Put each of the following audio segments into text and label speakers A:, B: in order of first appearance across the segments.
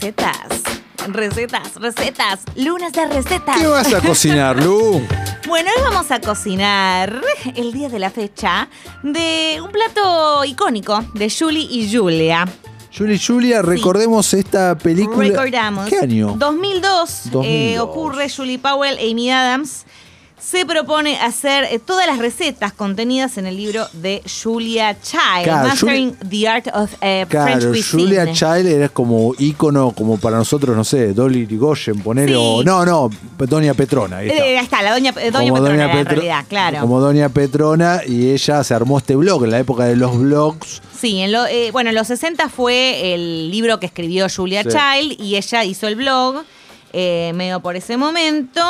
A: Recetas. Recetas, recetas. Lunas de recetas.
B: ¿Qué vas a cocinar, Lu?
A: Bueno, hoy vamos a cocinar el día de la fecha de un plato icónico de Julie y Julia.
B: Julie Julia, recordemos esta película.
A: Recordamos.
B: ¿Qué año?
A: 2002, eh,
B: 2002.
A: ocurre Julie Powell e Amy Adams. Se propone hacer eh, todas las recetas contenidas en el libro de Julia Child,
B: Claro,
A: Mastering the Art of eh, French
B: Claro,
A: Cuisine.
B: Julia Child era como ícono, como para nosotros, no sé, Dolly Rigoyen, poner
A: Sí.
B: o... No, no, Doña Petrona. Ahí está.
A: Eh, ahí está, la doña, eh, doña
B: Como
A: Petrona era en
B: Petro-
A: realidad, claro.
B: Como Doña Petrona y ella se armó este blog en la época de los blogs.
A: Sí, en lo- eh, bueno, en los 60 fue el libro que escribió Julia
B: Sí.
A: Child y ella hizo el blog, eh, medio por ese momento,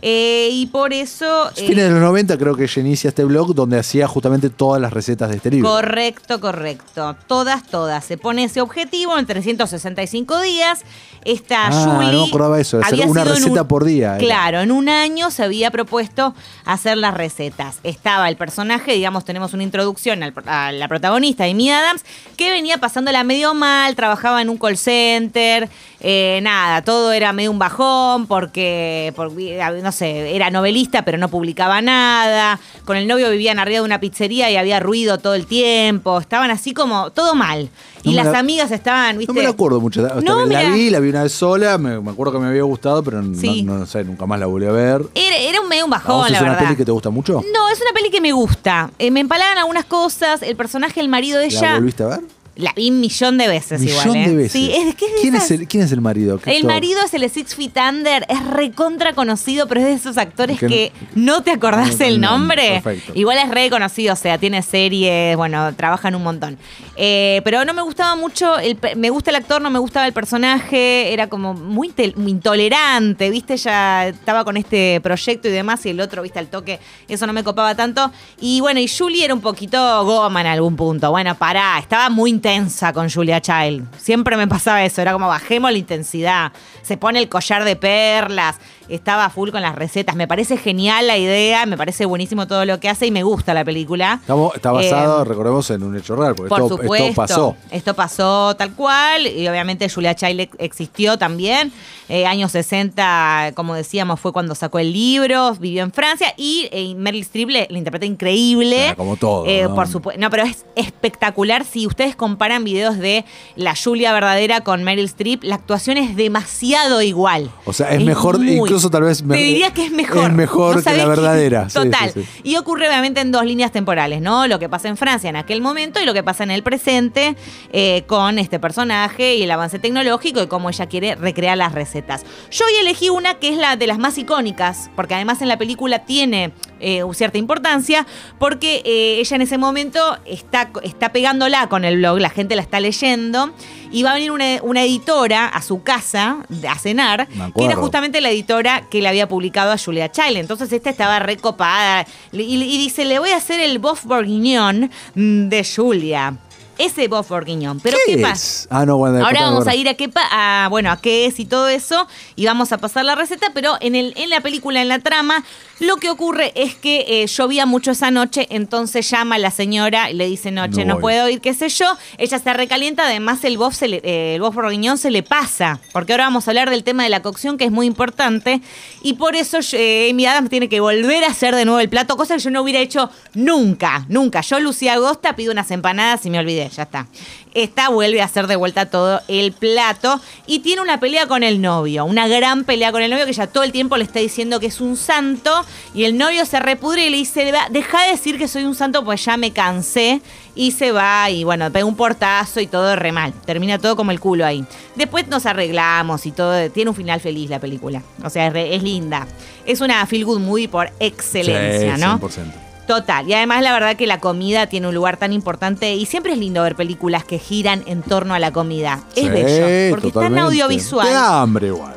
A: eh, y por eso... eh,
B: Fines de los 90 creo que ella inicia este blog donde hacía justamente todas las recetas de este libro.
A: Correcto, correcto. Todas, todas. Se pone ese objetivo en 365 días. Esta
B: Ah,
A: Julie
B: no me acordaba eso, de hacer
A: había
B: una
A: sido en
B: receta
A: un-
B: por día, era.
A: Claro, en un año se había propuesto hacer las recetas. Estaba el personaje, digamos, tenemos una introducción al- a la protagonista, Amy Adams, que venía pasándola medio mal, trabajaba en un call center, eh, nada, todo era medio un bajón porque, por- eh, no sé, era novelista pero no publicaba nada, con el novio vivían arriba de una pizzería y había ruido todo el tiempo, estaban así como todo mal.
B: No
A: y
B: me
A: las
B: la-
A: amigas estaban, ¿viste?
B: No me la acuerdo mucho. Hasta
A: No,
B: que la
A: mira.
B: vi, la vi una vez sola, me, me acuerdo que me había gustado, pero no-
A: Sí.
B: no, no sé, nunca más la volví a ver.
A: Era, era un medio un
B: ¿A vos
A: bajón,
B: es
A: la
B: una
A: verdad. Mm,
B: peli que te gusta mucho?
A: No, es una peli que me gusta. Eh, me empalagan algunas cosas. El personaje, el marido de
B: ¿La
A: ella.
B: volviste a ver?
A: La vi un millón de veces
B: Millón
A: igual. ¿eh?
B: de veces.
A: Sí, es, que es de
B: ¿Quién, es
A: esas-
B: el, ¿Quién es el marido? ¿Qué
A: el
B: actor?
A: marido es el de Six Feet Under, es recontra conocido, pero es de esos actores
B: Que
A: que,
B: no-
A: no te acordás
B: no,
A: el
B: no,
A: nombre.
B: perfecto.
A: Igual es reconocido, o sea, tiene series, bueno, trabajan un montón. Eh, pero no me gustaba mucho, el pe- me gusta el actor, no me gustaba el personaje, era como muy, tel- muy intolerante, ¿viste? Ya estaba con este proyecto y demás, y el otro, ¿viste? Al toque, eso no me copaba tanto. Y bueno, y Julie era un poquito goma en algún punto. Bueno, pará, estaba muy intensa con Julia Child. Siempre me pasaba eso, era como bajemos la intensidad, se pone el collar de perlas, estaba full con las recetas. Me parece genial la idea, me parece buenísimo todo lo que hace y me gusta la película.
B: Estamos- está basado,
A: Eh,
B: recordemos, en un hecho real, porque
A: por
B: esto, esto
A: supuesto.
B: pasó.
A: Esto pasó tal cual. Y obviamente Julia Child ex- existió también. Eh, años 60, como decíamos, fue cuando sacó el libro, vivió en Francia. Y eh, Meryl Streep le, le interpreta increíble.
B: Ah, como todo,
A: Eh,
B: ¿no?
A: Por supuesto. No, pero es espectacular. Si ustedes comparan videos de la Julia verdadera con Meryl Streep, la actuación es demasiado igual.
B: O sea, es mejor,
A: muy-
B: incluso tal vez me-
A: Te diría que es mejor.
B: es mejor que la
A: sabés quién-
B: verdadera. Sí,
A: Total.
B: sí, sí.
A: Y ocurre obviamente en dos líneas temporales, ¿no? Lo que pasa en Francia en aquel momento y lo que pasa en el presente eh, con este personaje y el avance tecnológico y cómo ella quiere recrear las recetas. Yo hoy elegí una que es la de las más icónicas, porque además en la película tiene eh, cierta importancia, porque eh, ella en ese momento está, está pegándola con el blog, la gente la está leyendo. Y va a venir una, una editora a su casa a cenar, que
B: Me
A: era
B: acuerdo.
A: justamente justamente la editora que le había publicado a Julia Child. Entonces esta estaba recopada y, y dice, le voy a hacer el bof bourguignon mm, de Julia. Ese bof bourguignon. Pero ¿qué, pasa?
B: es? Ah, no, bueno,
A: Ahora
B: perdón,
A: vamos a
B: perdón.
A: ir a qué, pa- a, bueno, a qué es y todo eso, y vamos a pasar la receta, pero en, el, en la película, en la trama, lo que ocurre es que eh, llovía mucho esa noche, entonces llama a la señora y le dice, noche, no,
B: No voy".
A: puedo ir, qué sé yo, ella se recalienta, además el bof, se le- eh, el bof borguiñón se le pasa, porque ahora vamos a hablar del tema de la cocción, que es muy importante, y por eso eh, Amy Adams tiene que volver a hacer de nuevo el plato, cosa que yo no hubiera hecho nunca, nunca. Yo, Lucía Agosta, pido unas empanadas y me olvidé, ya está. Esta vuelve a hacer de vuelta todo el plato y tiene una pelea con el novio, una gran pelea con el novio que ya todo el tiempo le está diciendo que es un santo y el novio se repudre y le dice, "Va, deja de decir que soy un santo pues ya me cansé y se va y bueno, pega un portazo y todo re mal, termina todo como el culo ahí. Después nos arreglamos y todo, tiene un final feliz la película, o sea, es, re- es linda. Es una feel good movie por excelencia,
B: Sí,
A: ¿no?
B: 100%.
A: Total, y además la verdad que la comida tiene un lugar tan importante y siempre es lindo ver películas que giran en torno a la comida. Es
B: Sí,
A: bello, porque está en
B: totalmente.
A: audiovisual.
B: Te da hambre igual.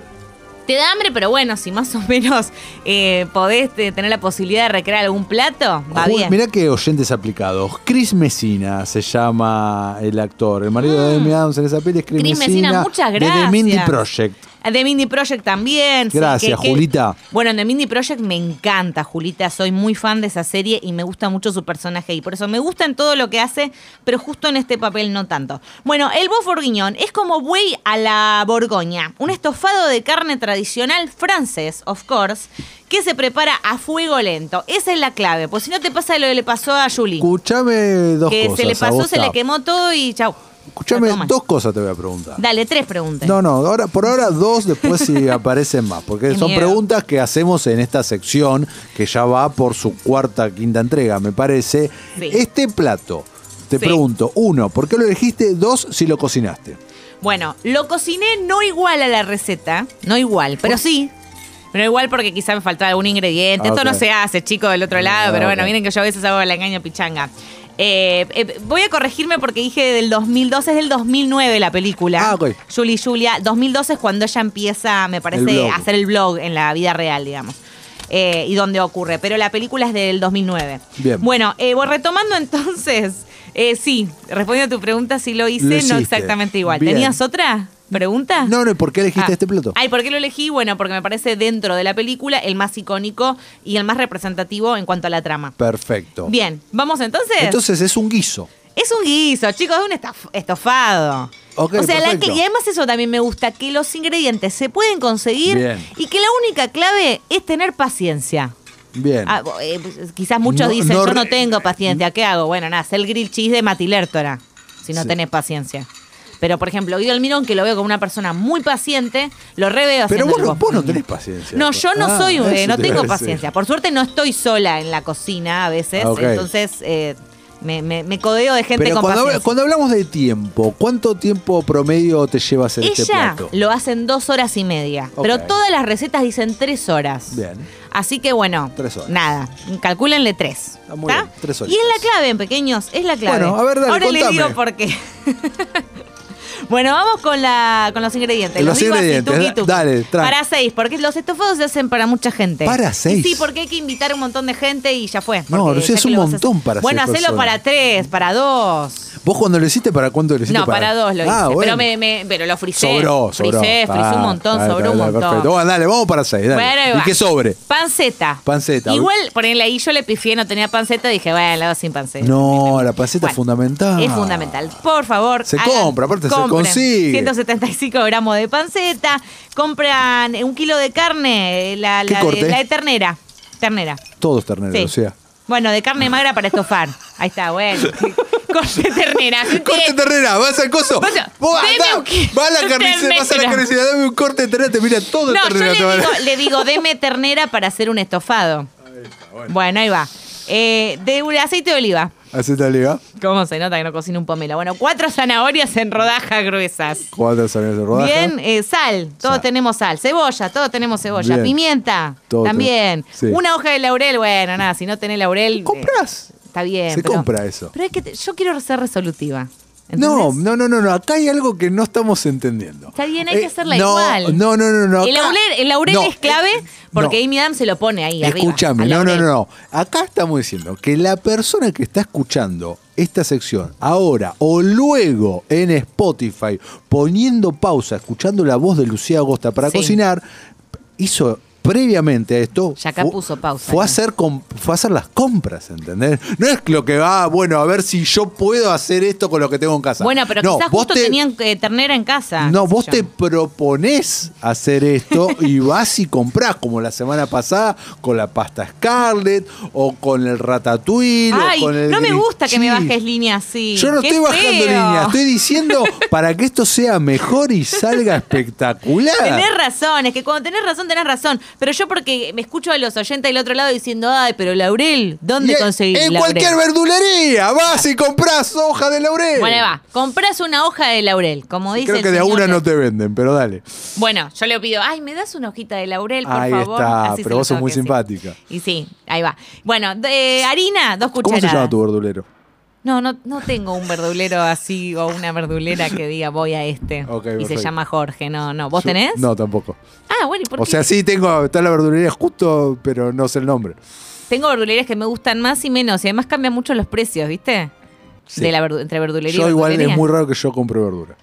A: Te da hambre, pero bueno, si más o menos eh, podés eh, tener la posibilidad de recrear algún plato, va
B: Ju-
A: bien.
B: Mirá que oyentes aplicados. Chris Messina se llama el actor. El marido de Amy Adams en esa peli es Chris,
A: Ah. Chris Messina, muchas
B: De The Mindy
A: gracias.
B: Project.
A: De Mindy Project también. sí,
B: Gracias,
A: que- que-
B: Julita.
A: Bueno, de Mindy Project me encanta, Julita. Soy muy fan de esa serie y me gusta mucho su personaje. Y por eso me gusta en todo lo que hace, pero justo en este papel no tanto. Bueno, el bof bourguignon es como buey a la borgoña. Un estofado de carne tradicional francés, of course, que se prepara a fuego lento. Esa es la clave, pues si no te pasa lo que le pasó a Julie.
B: Escuchame dos
A: que
B: cosas.
A: se le
B: a
A: pasó,
B: vos,
A: se le
B: Tap.
A: quemó todo y chau.
B: Escuchame
A: Lo toman.
B: dos cosas te voy a preguntar.
A: Dale, tres preguntas.
B: No, no, ahora, por ahora dos, después si aparecen más, porque
A: Qué
B: son
A: miedo.
B: preguntas que hacemos en esta sección que ya va por su cuarta, quinta entrega, me parece.
A: Sí.
B: Este plato, te
A: Sí.
B: pregunto, uno, ¿por qué lo elegiste? Dos, si lo cocinaste.
A: Bueno, lo cociné no igual a la receta, no igual, pero sí. Pero igual porque quizá me faltaba algún ingrediente.
B: Ah,
A: Esto no
B: ok.
A: se hace, chico, del otro lado,
B: Ah,
A: pero bueno,
B: ok.
A: miren que yo a veces hago la engaño pichanga. Eh, eh, voy a corregirme porque dije del 2012, es del 2009 la película.
B: Ah, ok.
A: Julie Julia, 2012 es cuando ella empieza, me parece,
B: blog.
A: a hacer el blog en la vida real, digamos. Eh, y donde ocurre, pero la película es del 2009.
B: Bien.
A: Bueno, eh, bueno, retomando entonces, eh, sí, respondiendo a tu pregunta, sí lo hice,
B: Lo
A: no
B: hiciste.
A: exactamente igual.
B: Bien.
A: ¿Tenías otra pregunta?
B: No, no, ¿por qué
A: Ah.
B: elegiste este plato?
A: Ay, ¿por qué lo elegí? Bueno, porque me parece dentro de la película el más icónico y el más representativo en cuanto a la trama.
B: Perfecto.
A: Bien, vamos entonces.
B: Oh. Entonces es un guiso.
A: es un guiso, chicos, es un estaf- estofado.
B: Ok,
A: o sea, la
B: perfecto.
A: cl- y además eso también me gusta, que los ingredientes se pueden conseguir
B: Bien.
A: y que la única clave es tener paciencia.
B: Bien.
A: Ah, bo- eh, pues, quizás muchos
B: No-
A: dicen,
B: no
A: yo no
B: re-
A: tengo paciencia, ¿qué hago? Bueno, nada, haz el grill cheese de Matilértora, si no
B: Sí.
A: tenés paciencia. Pero, por ejemplo, Guido Almirón, que lo veo como una persona muy paciente, lo reveo
B: Pero
A: haciendo
B: vos
A: el
B: no,
A: bof-
B: vos no tenés paciencia.
A: No, yo no
B: Ah,
A: soy,
B: eso
A: eh, no
B: te iba
A: tengo
B: a decir.
A: paciencia. Por suerte no estoy sola en la cocina a veces,
B: Ah, ok.
A: entonces eh, me, me- me codeo de gente
B: Pero
A: con
B: cuando, habla-
A: paciencia.
B: cuando hablamos de tiempo, ¿cuánto tiempo promedio te lleva hacer este
A: Ella
B: plato?
A: lo hace en dos horas y media, pero
B: Ok.
A: todas las recetas dicen tres horas.
B: Bien.
A: Así que bueno,
B: Tres horas.
A: nada, calcúlenle tres.
B: Ah, muy
A: ¿tá?
B: bien, tres
A: Y
B: horitas.
A: es la clave, pequeños, es la clave.
B: Bueno, a ver, dale,
A: Ahora les
B: contame.
A: digo por qué. bueno, vamos con, la, con los ingredientes.
B: Los
A: digo así,
B: ingredientes,
A: tuqui, tuqui.
B: dale, tranqui.
A: Para seis, porque los estofados se hacen para mucha gente.
B: ¿Para seis?
A: Y sí, porque hay que invitar a un montón de gente y ya fue.
B: No,
A: porque ya
B: Lucía, es
A: que
B: un
A: lo vas a
B: montón
A: hacer-
B: para
A: Bueno,
B: seis
A: hacelo
B: personas.
A: para tres, para dos.
B: ¿Vos cuando lo hiciste, para cuánto lo hiciste?
A: No, para dos lo hice.
B: Ah, bueno.
A: Pero, me, me- pero lo frisé.
B: Sobró, sobró.
A: Frisé, frisé
B: Ah,
A: un montón,
B: está,
A: sobró
B: está,
A: un
B: está,
A: montón.
B: Perfecto. Bueno, dale, vamos para seis. Dale.
A: Bueno, ahí
B: y
A: va.
B: que sobre.
A: Panceta.
B: Panceta.
A: Igual, por ahí ahí yo le pifié, no tenía panceta, dije, bueno, la hago sin panceta.
B: No, la panceta
A: Bueno,
B: es fundamental.
A: Es fundamental. Por favor.
B: Se
A: hagan-
B: compra, aparte se
A: compren.
B: consigue.
A: 175 gramos de panceta. Compran un kilo de carne, eh, la,
B: ¿Qué
A: la
B: corte?
A: de, la de ternera. Ternera.
B: Todos terneros,
A: Sí.
B: o sea.
A: Bueno, de carne magra para estofar. Ahí está, bueno. Corte ternera. gente.
B: Corte ternera, vas al coso.
A: Vas a-
B: Vos
A: deme
B: andá,
A: un ki-
B: vas a la carnicería, vas a la
A: ternera.
B: carnicería, dame un corte de ternera, te mira todo
A: No, yo
B: ternera.
A: le
B: te va a-
A: digo, le digo, deme ternera para hacer un estofado. bueno. ahí va. Eh, de un aceite de oliva.
B: Hacete la liga.
A: ¿Cómo se nota que no cocina un pomelo? Bueno, cuatro zanahorias en rodajas gruesas.
B: Cuatro salidas de rodaja.
A: Bien, eh, sal, todos
B: Sal.
A: tenemos sal. Cebolla, todos tenemos cebolla.
B: Bien.
A: Pimienta,
B: Todos
A: también.
B: tenemos- sí.
A: Una hoja de laurel, bueno, nada, si no tenés laurel. eh,
B: ¿Comprás?
A: está bien.
B: Se
A: pero-
B: compra eso.
A: Pero es que te- yo quiero ser resolutiva.
B: No,
A: ¿entendés?
B: no, no, no, no, acá hay algo que no estamos entendiendo.
A: Está bien, hay que
B: Eh,
A: hacerla
B: no,
A: igual.
B: No, no, no, no.
A: El
B: acá-
A: laurel, el laurel
B: no,
A: es clave
B: eh,
A: porque
B: no.
A: Amy Adams se lo pone ahí arriba.
B: Escúchame,
A: al
B: no, no,
A: laurel.
B: no, no. Acá estamos diciendo que la persona que está escuchando esta sección ahora o luego en Spotify, poniendo pausa, escuchando la voz de Lucía Agosta para
A: Sí.
B: cocinar, hizo previamente a esto.
A: Ya acá
B: fu-
A: puso pausa,
B: Fue
A: ¿no?
B: a, hacer com- fue a hacer las compras, ¿entendés? No es lo que va, "Ah, bueno, a ver si yo puedo hacer esto con lo que tengo en casa.
A: Bueno, pero
B: no,
A: quizás
B: vos
A: justo
B: te-
A: tenían eh, ternera en casa.
B: No,
A: qué sé
B: vos
A: yo.
B: te propones hacer esto y vas y comprás, como la semana pasada, con la pasta Scarlett o con el ratatouille. o
A: Ay,
B: con el
A: no me
B: grilled
A: gusta que me
B: cheese.
A: bajes línea así.
B: Yo no
A: Qué
B: estoy bajando
A: feo.
B: línea, estoy diciendo para que esto sea mejor y salga espectacular.
A: Tenés razón, es que cuando tenés razón, tenés razón. Pero yo porque me escucho a los oyentes del otro lado diciendo, ay, pero Laurel, ¿dónde
B: Y en-
A: conseguís
B: En
A: Laurel?
B: cualquier verdulería, vas y compras hoja de laurel.
A: Bueno, ahí va. Comprás una hoja de Laurel, como dice
B: Creo
A: el
B: que de a
A: señor
B: una
A: que-
B: no te venden, pero dale.
A: Bueno, yo le pido, ay, ¿me das una hojita de laurel, por
B: Ahí
A: favor?
B: está,
A: se
B: pero
A: lo
B: vos sos
A: tengo
B: muy
A: que decir.
B: simpática.
A: Y sí, ahí va. Bueno, de- harina, dos
B: ¿Cómo
A: cucharadas.
B: se llama tu verdulero?
A: No, no, no tengo un verdulero así o una verdulera que diga voy a este.
B: Ok,
A: y se
B: perfecto.
A: llama Jorge, no, no. ¿Vos
B: Yo-
A: tenés?
B: No, tampoco.
A: Ah, bueno, ¿y por
B: O
A: qué?
B: sea, sí tengo, está la verdulería justo, pero no sé el nombre.
A: Tengo verdulerías que me gustan más y menos. Y además cambian mucho los precios, ¿viste?
B: Sí.
A: De la verdu- entre verdulería y
B: Yo igual
A: verdulería.
B: es muy raro que yo compre verdura.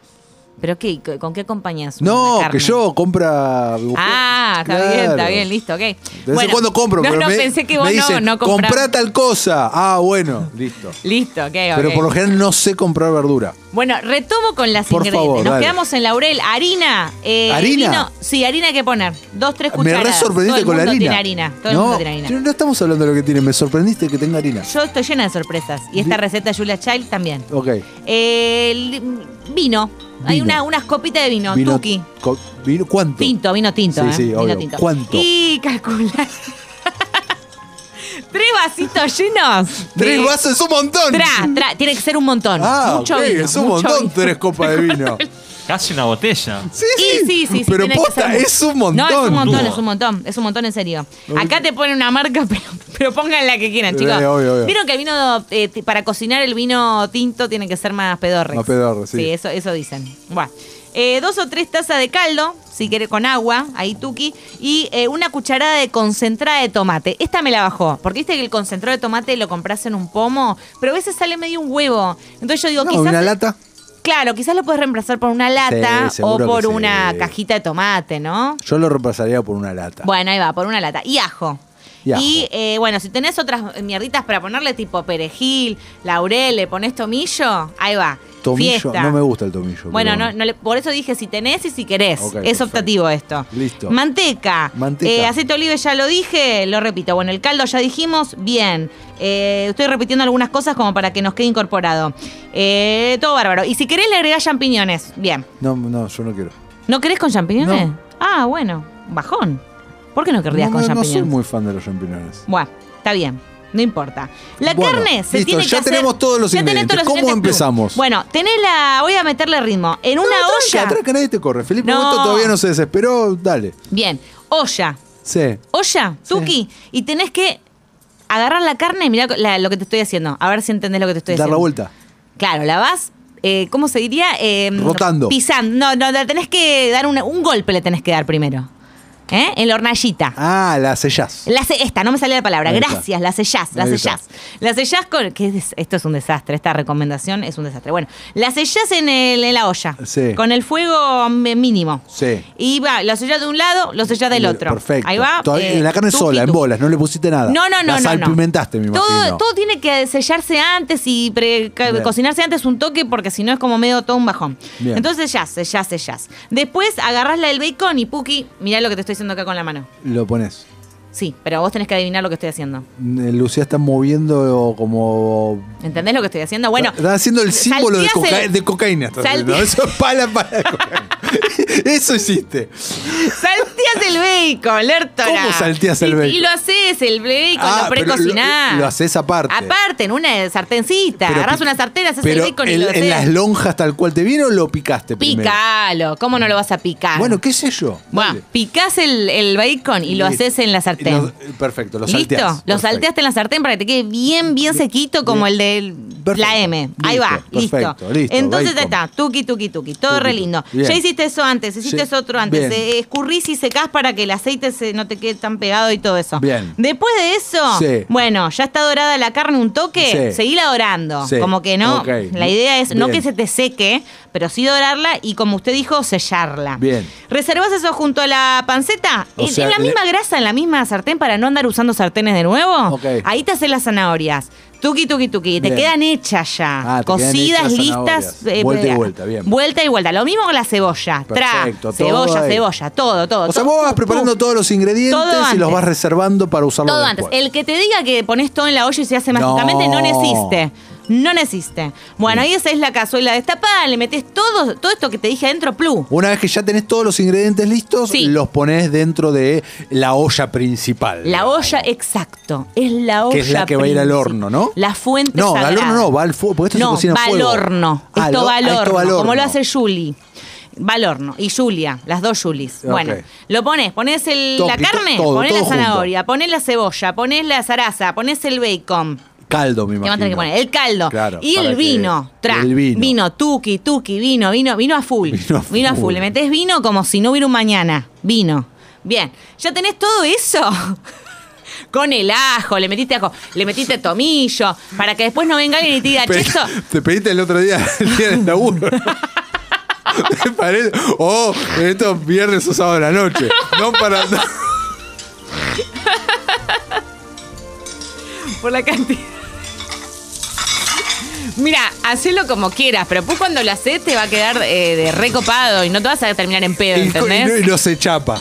A: ¿Pero qué? ¿Con qué acompañas? una
B: No, que
A: carne?
B: yo compra.
A: Ah, está bien, está
B: Claro.
A: bien, listo, ok.
B: De vez en cuando compro,
A: no,
B: pero
A: no,
B: me,
A: pensé que vos
B: me dicen,
A: no, no comprás.
B: comprá tal cosa. Ah, bueno, listo.
A: Listo, ok, ok.
B: Pero por lo general no sé comprar verdura.
A: Bueno, retomo con las
B: Por
A: ingredientes.
B: favor,
A: Nos
B: dale.
A: quedamos en laurel. Harina. eh,
B: ¿Harina?
A: vino- sí, harina hay que poner. Dos, tres
B: Me
A: cucharadas.
B: re sorprendiste
A: Todo
B: con
A: el
B: la
A: mundo
B: harina.
A: tiene harina. Todo el
B: no,
A: mundo tiene harina.
B: No estamos hablando de lo que tiene, me sorprendiste que tenga harina.
A: Yo estoy llena de sorpresas. Y esta receta de Julia Child también.
B: Ok.
A: Eh, li- vino. Hay
B: Vino.
A: una, unas copitas de vino.
B: Vino-
A: Tuki.
B: co- vino- ¿Cuánto?
A: Tinto, vino tinto.
B: Sí,
A: ¿eh?
B: sí,
A: Vino
B: obvio.
A: tinto.
B: ¿Cuánto?
A: Y calcula. Tres vasitos llenos.
B: Tres
A: de-
B: vasos es un montón.
A: Tra, tra. Tiene que ser un montón.
B: Ah,
A: mucho
B: ok,
A: vino,
B: es un
A: mucho
B: montón
A: vino.
B: tres copas de vino.
C: Casi una botella.
B: Sí,
A: Y sí, sí, sí,
B: Pero
A: tiene que ser
B: posta,
A: mucho.
B: es un montón.
A: No, es un montón,
C: Tuvo.
A: es un montón, es un montón en serio. Acá te ponen una marca, pero, pero pongan la que quieran,
B: Eh,
A: chicos.
B: obvio, obvio.
A: Vieron que el vino, eh, ti- para cocinar el vino tinto tiene que ser más pedorre.
B: Más pedorro, sí.
A: Sí, eso, eso dicen. Bueno. Eh, dos o tres tazas de caldo, si quieres con agua, ahí tuki, y eh, una cucharada de concentrada de tomate. Esta me la bajó, porque viste que el concentrado de tomate lo compras en un pomo, pero a veces sale medio un huevo. Entonces yo digo,
B: No,
A: quizás
B: una lata.
A: Claro, quizás lo puedes reemplazar por una lata
B: Sí, seguro
A: o por
B: que sí.
A: una cajita de tomate, ¿no?
B: Yo lo repasaría por una lata.
A: Bueno, ahí va, por una lata. Y ajo.
B: Y ajo.
A: eh, bueno, si tenés otras mierditas para ponerle, tipo perejil, laurel, le pones tomillo, ahí va.
B: tomillo,
A: Fiesta.
B: no me gusta el tomillo.
A: Bueno,
B: pero-
A: no, no le- por eso dije si tenés y si querés.
B: Ok,
A: es
B: perfecto.
A: optativo esto.
B: Listo.
A: Manteca.
B: Manteca.
A: Eh, aceite de oliva ya lo dije, lo repito. Bueno, el caldo ya dijimos, bien. Eh, estoy repitiendo algunas cosas como para que nos quede incorporado. Eh, todo bárbaro. Y si querés le agregás champiñones, bien.
B: No, no, yo no quiero.
A: ¿No querés con champiñones?
B: No.
A: Ah, bueno, bajón. ¿Por qué no querrías
B: no,
A: con
B: no, no soy
A: champiñones?
B: muy fan de los champiñones.
A: Bueno, está bien. No importa. La
B: Bueno,
A: carne se
B: listo,
A: tiene que
B: ya
A: hacer-
B: tenemos todos los
A: ya tenés
B: ingredientes.
A: los
B: ¿Cómo
A: ingredientes, plum.
B: empezamos?
A: Bueno, tenés la... Voy a meterle ritmo. En una
B: No,
A: olla...
B: Tranca, tranca, nadie te corre. Felipe
A: No.
B: Boto todavía no se desesperó. Dale.
A: Bien, olla.
B: Sí.
A: Olla, tuki. Y tenés que agarrar la carne y mirá la- lo que te estoy haciendo. A ver si entendés lo que te estoy
B: Dar
A: haciendo.
B: la vuelta.
A: Claro, la vas... eh, ¿Cómo se diría? Eh,
B: Rotando.
A: Pisando. No, no, la tenés que dar una- un golpe, le tenés que dar primero. ¿Eh? En la hornallita.
B: Ah, la sellás.
A: La se- esta, no me salía la palabra.
B: Ahí está.
A: Gracias, la sellás, la
B: Ahí está.
A: sellás. La sellás con. que es- esto es un desastre, esta recomendación es un desastre. Bueno, la sellás en, el- en la olla.
B: Sí.
A: Con el fuego mi- mínimo.
B: Sí.
A: Y va, la sellás de un lado, lo sellás del otro.
B: Perfecto.
A: Ahí va.
B: Todavía-
A: eh,
B: la carne
A: tuqui,
B: sola, en
A: tuqui.
B: bolas, no le pusiste nada.
A: No, no, no,
B: La
A: no, no.
B: salpimentaste, me
A: todo,
B: imagino.
A: todo tiene que sellarse antes y pre- ca-
B: Bien.
A: cocinarse antes un toque porque si no es como medio todo un bajón.
B: Bien.
A: Entonces ya, sellás, sellás. Después agarrás la del bacon y Puki, mirá lo que te estoy haciendo acá con la mano.
B: Lo pones.
A: Sí, pero vos tenés que adivinar lo que estoy haciendo.
B: Lucía está moviendo como.
A: ¿Entendés lo que estoy haciendo? Bueno.
B: Está haciendo el símbolo de,
A: salteás
B: coca-
A: el-
B: de cocaína. está
A: Salte-
B: haciendo. Eso es pala para cocaína. Eso hiciste.
A: Salteas el bacon, Lertora.
B: ¿Cómo salteás el
A: Y-
B: bacon?
A: Y lo haces, el bacon,
B: Ah,
A: lo
B: pero
A: precocinás.
B: lo- lo haces aparte.
A: Aparte, en una sartencita.
B: Pero
A: Agarrás
B: pi-
A: una sartén, haces el
B: Pero
A: bacon y
B: en,
A: lo
B: en las
A: haces.
B: lonjas tal cual te vino lo picaste primero.
A: Picalo. ¿Cómo no lo vas a picar?
B: Bueno, qué sé yo.
A: Bueno,
B: Dale.
A: picás el, el bacon y lo
B: Listo.
A: haces en la sartén.
B: Lo- perfecto, lo
A: ¿Listo?
B: salteás.
A: Lo
B: Perfecto.
A: salteaste en la sartén para que te quede bien, bien sequito como el de
B: Perfecto.
A: la M. Ahí va,
B: Listo,
A: listo.
B: perfecto, listo,
A: Entonces
B: bacon.
A: está, tuqui, tuqui, tuqui. Todo
B: Tuqui,
A: re
B: tuqui.
A: lindo.
B: Bien.
A: Ya hiciste eso antes, hiciste
B: Sí.
A: eso otro antes.
B: Bien.
A: Eh, escurrís y secás para que el aceite se- no te quede tan pegado y todo eso.
B: Bien.
A: Después de eso,
B: Sí.
A: bueno, ya está dorada la carne un toque,
B: Sí.
A: seguíla dorando.
B: Sí.
A: Como que no,
B: Ok.
A: la idea es no
B: Bien.
A: que se te seque, pero sí dorarla y como usted dijo, sellarla.
B: Bien.
A: Reservás eso junto a la panceta,
B: O
A: en,
B: sea,
A: en la
B: le-
A: misma grasa, en la misma sartén para no andar usando sartenes de nuevo.
B: Ok.
A: Ahí te haces las zanahorias. Tuqui, tuqui, tuqui. Te
B: Bien.
A: quedan hechas ya.
B: Ah, te quedan
A: Cocidas,
B: hechas las
A: listas. eh,
B: zanahorias. Vuelta y vuelta, bien.
A: Vuelta y vuelta. Lo mismo con la cebolla.
B: Perfecto,
A: Tra,
B: todo
A: cebolla,
B: ahí.
A: cebolla, todo, todo.
B: O sea,
A: todo.
B: vos vas
A: Pum,
B: preparando
A: pum.
B: todos los ingredientes
A: Todo
B: y
A: antes.
B: los vas reservando para usarlo
A: Todo antes.
B: después.
A: El que te diga que pones todo en la olla y se hace
B: No.
A: mágicamente no existe. No existe. Bueno, ahí esa es la cazuela destapada, le metes todo, todo esto que te dije adentro, plus.
B: Una vez que ya tenés todos los ingredientes listos,
A: Sí.
B: los ponés dentro de la olla principal.
A: La olla, exacto. Es la olla.
B: Que es la que va a ir al
A: principal.
B: horno, ¿no?
A: La fuente
B: No, al
A: sagrada.
B: horno no, va al fuego, porque esto se
A: No,
B: cocina a
A: va
B: fuego.
A: al horno.
B: Ah,
A: esto
B: lo-
A: va al
B: ah, esto
A: horno,
B: va al
A: como lo
B: horno.
A: hace Julie. Va al horno. Y Julia, las dos Julis.
B: Ok.
A: Bueno, lo pones, pones el-
B: Todo,
A: la
B: to-
A: carne,
B: todo,
A: pones la
B: todo junto.
A: zanahoria, pones la cebolla, pones la zaraza, pones el bacon.
B: Caldo, me
A: Te van a
B: imagino.
A: tener que poner el caldo.
B: Claro,
A: y
B: para
A: el
B: que-
A: vino. Tra.
B: El vino.
A: tuqui, tuqui, vino, vino, vino a full.
B: Vino a full.
A: Vino a full. Le metés vino como si no hubiera un mañana. Vino. Bien. Ya tenés todo eso. Con el ajo, le metiste ajo, le metiste tomillo, para que después no venga alguien y te diga, che,
B: Pe-
A: esto-
B: Te pediste el otro día el día del laburo. Me parece- Oh, esto es viernes o sábado de la noche. No para. no.
A: Por la cantidad. Mira, hacelo como quieras, pero vos cuando lo haces te va a quedar eh, de recopado y no te vas a terminar en pedo,
B: Y, co- y no,
A: ¿entendés?
B: y no se chapa.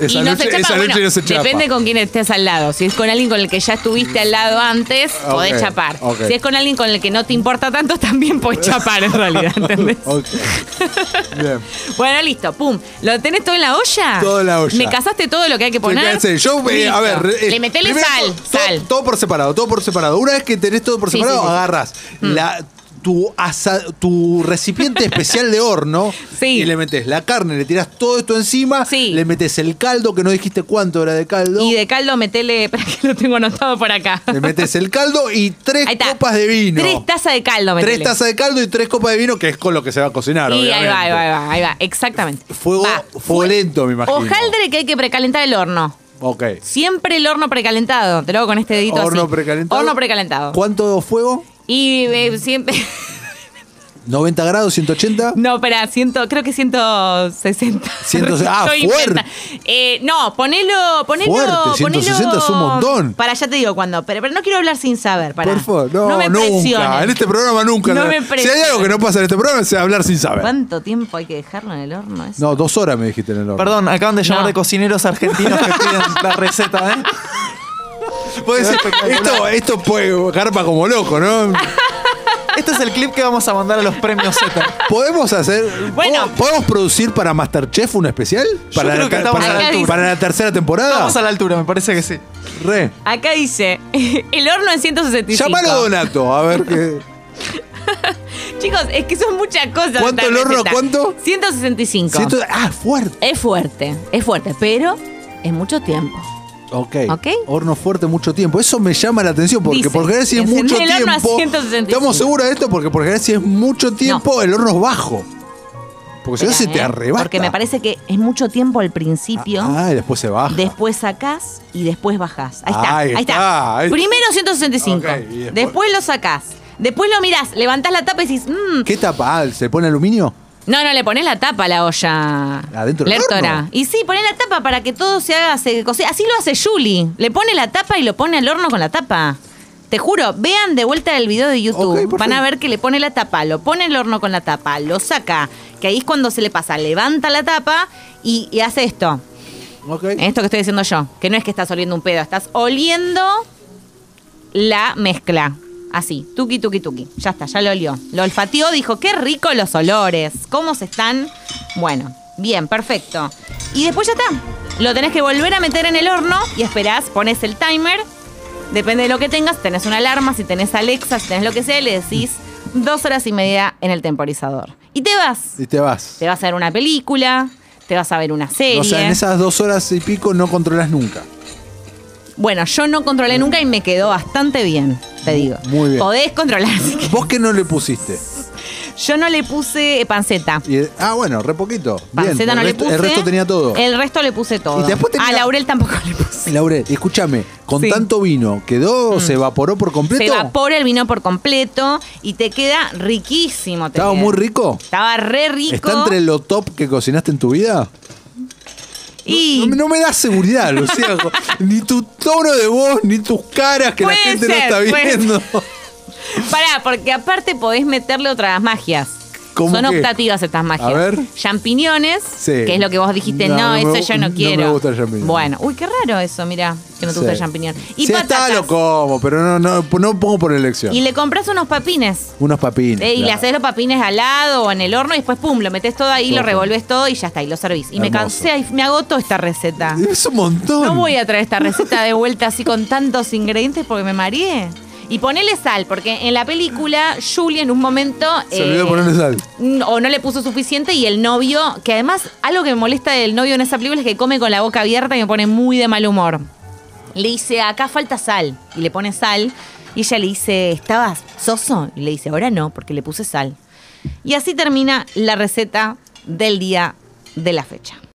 B: Esa
A: Y no
B: noche,
A: se chapa,
B: esa
A: bueno,
B: noche no se chapa.
A: depende con quién estés al lado. Si es con alguien con el que ya estuviste al lado antes,
B: Ah,
A: podés
B: ok,
A: chapar.
B: ok.
A: Si es con alguien con el que no te importa tanto, también podés chapar en realidad, ¿entendés?
B: Ok. Bien.
A: Bueno, listo, pum. ¿Lo tenés todo en la olla?
B: Todo en la olla.
A: Me casaste todo lo que hay que
B: Te
A: poner.
B: cansé. Yo, eh, a
A: Listo.
B: ver. eh,
A: Le metele
B: primero
A: sal,
B: to- to-
A: sal.
B: Todo, por separado, todo por separado. Una vez que tenés todo por
A: Sí,
B: separado,
A: sí, Mm. sí.
B: agarras la. Tu, asa- tu recipiente especial de horno
A: Sí.
B: y le metes la carne, le tiras todo esto encima,
A: Sí.
B: le metes el caldo, que no dijiste cuánto era de caldo,
A: Y de caldo metele, para que lo tengo anotado por acá.
B: le metes el caldo y tres
A: Ahí está.
B: copas de vino.
A: Tres tazas de caldo,
B: Tres
A: metele.
B: tazas de caldo y tres copas de vino, que es con lo que se va a cocinar.
A: Y ahí
B: obviamente.
A: va, ahí va, ahí va, ahí va. Exactamente.
B: Fuego,
A: Va.
B: fuego lento, me imagino.
A: Hojaldre que hay que precalentar el horno.
B: Ok.
A: Siempre el horno precalentado. Te lo hago con este dedito
B: Horno
A: así.
B: precalentado.
A: Horno precalentado.
B: ¿Cuánto fuego?
A: Y eh, siempre...
B: 90 grados, 180.
A: No, espera, ciento, creo que 160.
B: Ciento- ah,
A: Estoy
B: fuerte.
A: inventa- Eh, no, ponelo, ponelo,
B: Fuerte, 160 es un
A: ponelo-
B: montón.
A: Para allá te digo cuándo, pero, pero no quiero hablar sin saber. Para.
B: Por favor, no,
A: me
B: nunca.
A: presiones.
B: En este programa nunca.
A: No me
B: si hay
A: presiones.
B: algo que no pasa en este programa es hablar sin saber.
A: ¿Cuánto tiempo hay que dejarlo en el horno? eso?
B: No, dos horas me dijiste en el horno.
D: Perdón, acaban de llamar
A: No.
D: de cocineros argentinos que piden la receta, ¿eh?
B: Vos decís, esto, esto puede garpa como loco, ¿no?
D: Este es el clip que vamos a mandar a los premios
B: Ah.
D: Z.
B: ¿Podemos hacer.
A: Bueno.
B: ¿podemos- ¿Podemos producir para Masterchef un especial? Para,
D: creo
B: la,
D: que
B: ter-
D: estamos
A: a la
B: para,
A: altura.
B: para la tercera temporada.
D: Vamos a la altura, me parece que sí.
B: Re.
A: Acá dice, el horno en 165.
B: Llámalo Donato, a ver qué.
A: Chicos, es que son muchas cosas.
B: ¿Cuánto
A: esta
B: el horno?
A: receta.
B: ¿Cuánto?
A: 165.
B: Si esto- ah, fuerte.
A: Es fuerte, es fuerte, pero es mucho tiempo.
B: Ok.
A: Ok.
B: Horno fuerte mucho tiempo. Eso me llama la atención porque
A: Dice,
B: por general si es
A: encender
B: mucho
A: el horno a
B: tiempo.
A: 165.
B: Estamos seguros de esto porque por general si es mucho tiempo el horno es bajo. Porque si no
A: Espera,
B: se te
A: ¿eh?
B: arrebata.
A: Porque me parece que es mucho tiempo al principio.
B: Ah, y después se baja.
A: Después sacás y después bajás. Ahí está.
B: Ahí
A: Ahí,
B: está,
A: está.
B: ahí está.
A: Primero 165.
B: Ok, y después-
A: después... lo sacás. Después lo mirás, levantás la tapa y decís, "Mm".
B: ¿Qué tapa? Ah, ¿Se pone aluminio?
A: no, no, le ponés la tapa a la olla.
B: Adentro del
A: Lertora.
B: horno.
A: Y sí, ponés la tapa para que todo se haga, se cose- Así lo hace Julie. Le pone la tapa y lo pone al horno con la tapa. Te juro, vean de vuelta el video de YouTube.
B: Ok, perfecto.
A: Van a ver que le pone la tapa, lo pone el horno con la tapa, lo saca, que ahí es cuando se le pasa, levanta la tapa y- y hace esto.
B: Ok.
A: En Esto que estoy diciendo yo, que no es que estás oliendo un pedo, estás oliendo la mezcla. Así, tuki, tuki, tuki. Ya está, ya lo olió. Lo olfateó, dijo, qué rico los olores. ¿Cómo se están? Bueno, bien, perfecto. Y después ya está. Lo tenés que volver a meter en el horno y esperás, pones el timer. Depende de lo que tengas, tenés una alarma, si tenés Alexa, si tenés lo que sea, le decís dos horas y media en el temporizador. Y te vas.
B: Y te vas.
A: Te vas a ver una película, te vas a ver una serie.
B: O sea, en esas dos horas y pico no controlas nunca.
A: Bueno, yo no controlé nunca y me quedó bastante bien, te digo.
B: Muy bien.
A: Podés controlar. así que-
B: ¿Vos qué no le pusiste?
A: Yo no le puse eh, panceta.
B: Y- ah, bueno, re poquito. Bien.
A: Panceta
B: el,
A: no le
B: resto,
A: puse.
B: el resto tenía todo.
A: El resto le puse todo.
B: Y después tenía-
A: A Laurel tampoco le puse.
B: Laurel, escúchame, con
A: Sí. Mm.
B: tanto vino, ¿quedó? ¿Se evaporó por completo?
A: Se evapora el vino por completo y te queda riquísimo. te
B: ¿Estaba
A: queda.
B: muy rico?
A: Estaba re rico.
B: ¿Está entre lo top que cocinaste en tu vida?
A: y
B: No, no me da seguridad, Lucía. ni tu tono de voz, ni tus caras que la
A: Puede
B: gente
A: ser,
B: no está
A: puede
B: viendo.
A: pará, porque aparte podés meterle otras magias.
B: ¿Cómo
A: Son
B: qué?
A: optativas estas magias.
B: A ver.
A: Champiñones,
B: Sí.
A: que es lo que vos dijiste,
B: No,
A: no,
B: no me
A: eso
B: gu-
A: yo
B: no
A: no
B: me
A: quiero.
B: gusta el champiñón.
A: Bueno, uy, qué raro eso, mirá, que no te gusta el champiñón. Y
B: si
A: patatas.
B: está, lo como, pero no, no, no pongo por elección.
A: Y le compras unos papines.
B: Unos papines.
A: Eh, y le
B: claro.
A: haces los papines al lado o en el horno y después, pum, lo metes todo ahí, lo
B: Ojo.
A: revolves todo y ya está, y lo servís. Y me
B: Hermoso.
A: cansé, y me agotó esta receta.
B: Es un montón.
A: No voy a traer esta receta de vuelta así con tantos ingredientes porque me mareé. Y ponele sal, porque en la película Julie en un momento...
B: Se
A: eh,
B: olvidó ponerle sal.
A: Mm, o no le puso suficiente y el novio, que además algo que me molesta del novio en esa película es que come con la boca abierta y me pone muy de mal humor. Le dice, acá falta sal, y le pone sal, y ella le dice, ¿estabas soso? Y le dice, ahora no, porque le puse sal. Y así termina la receta del día de la fecha.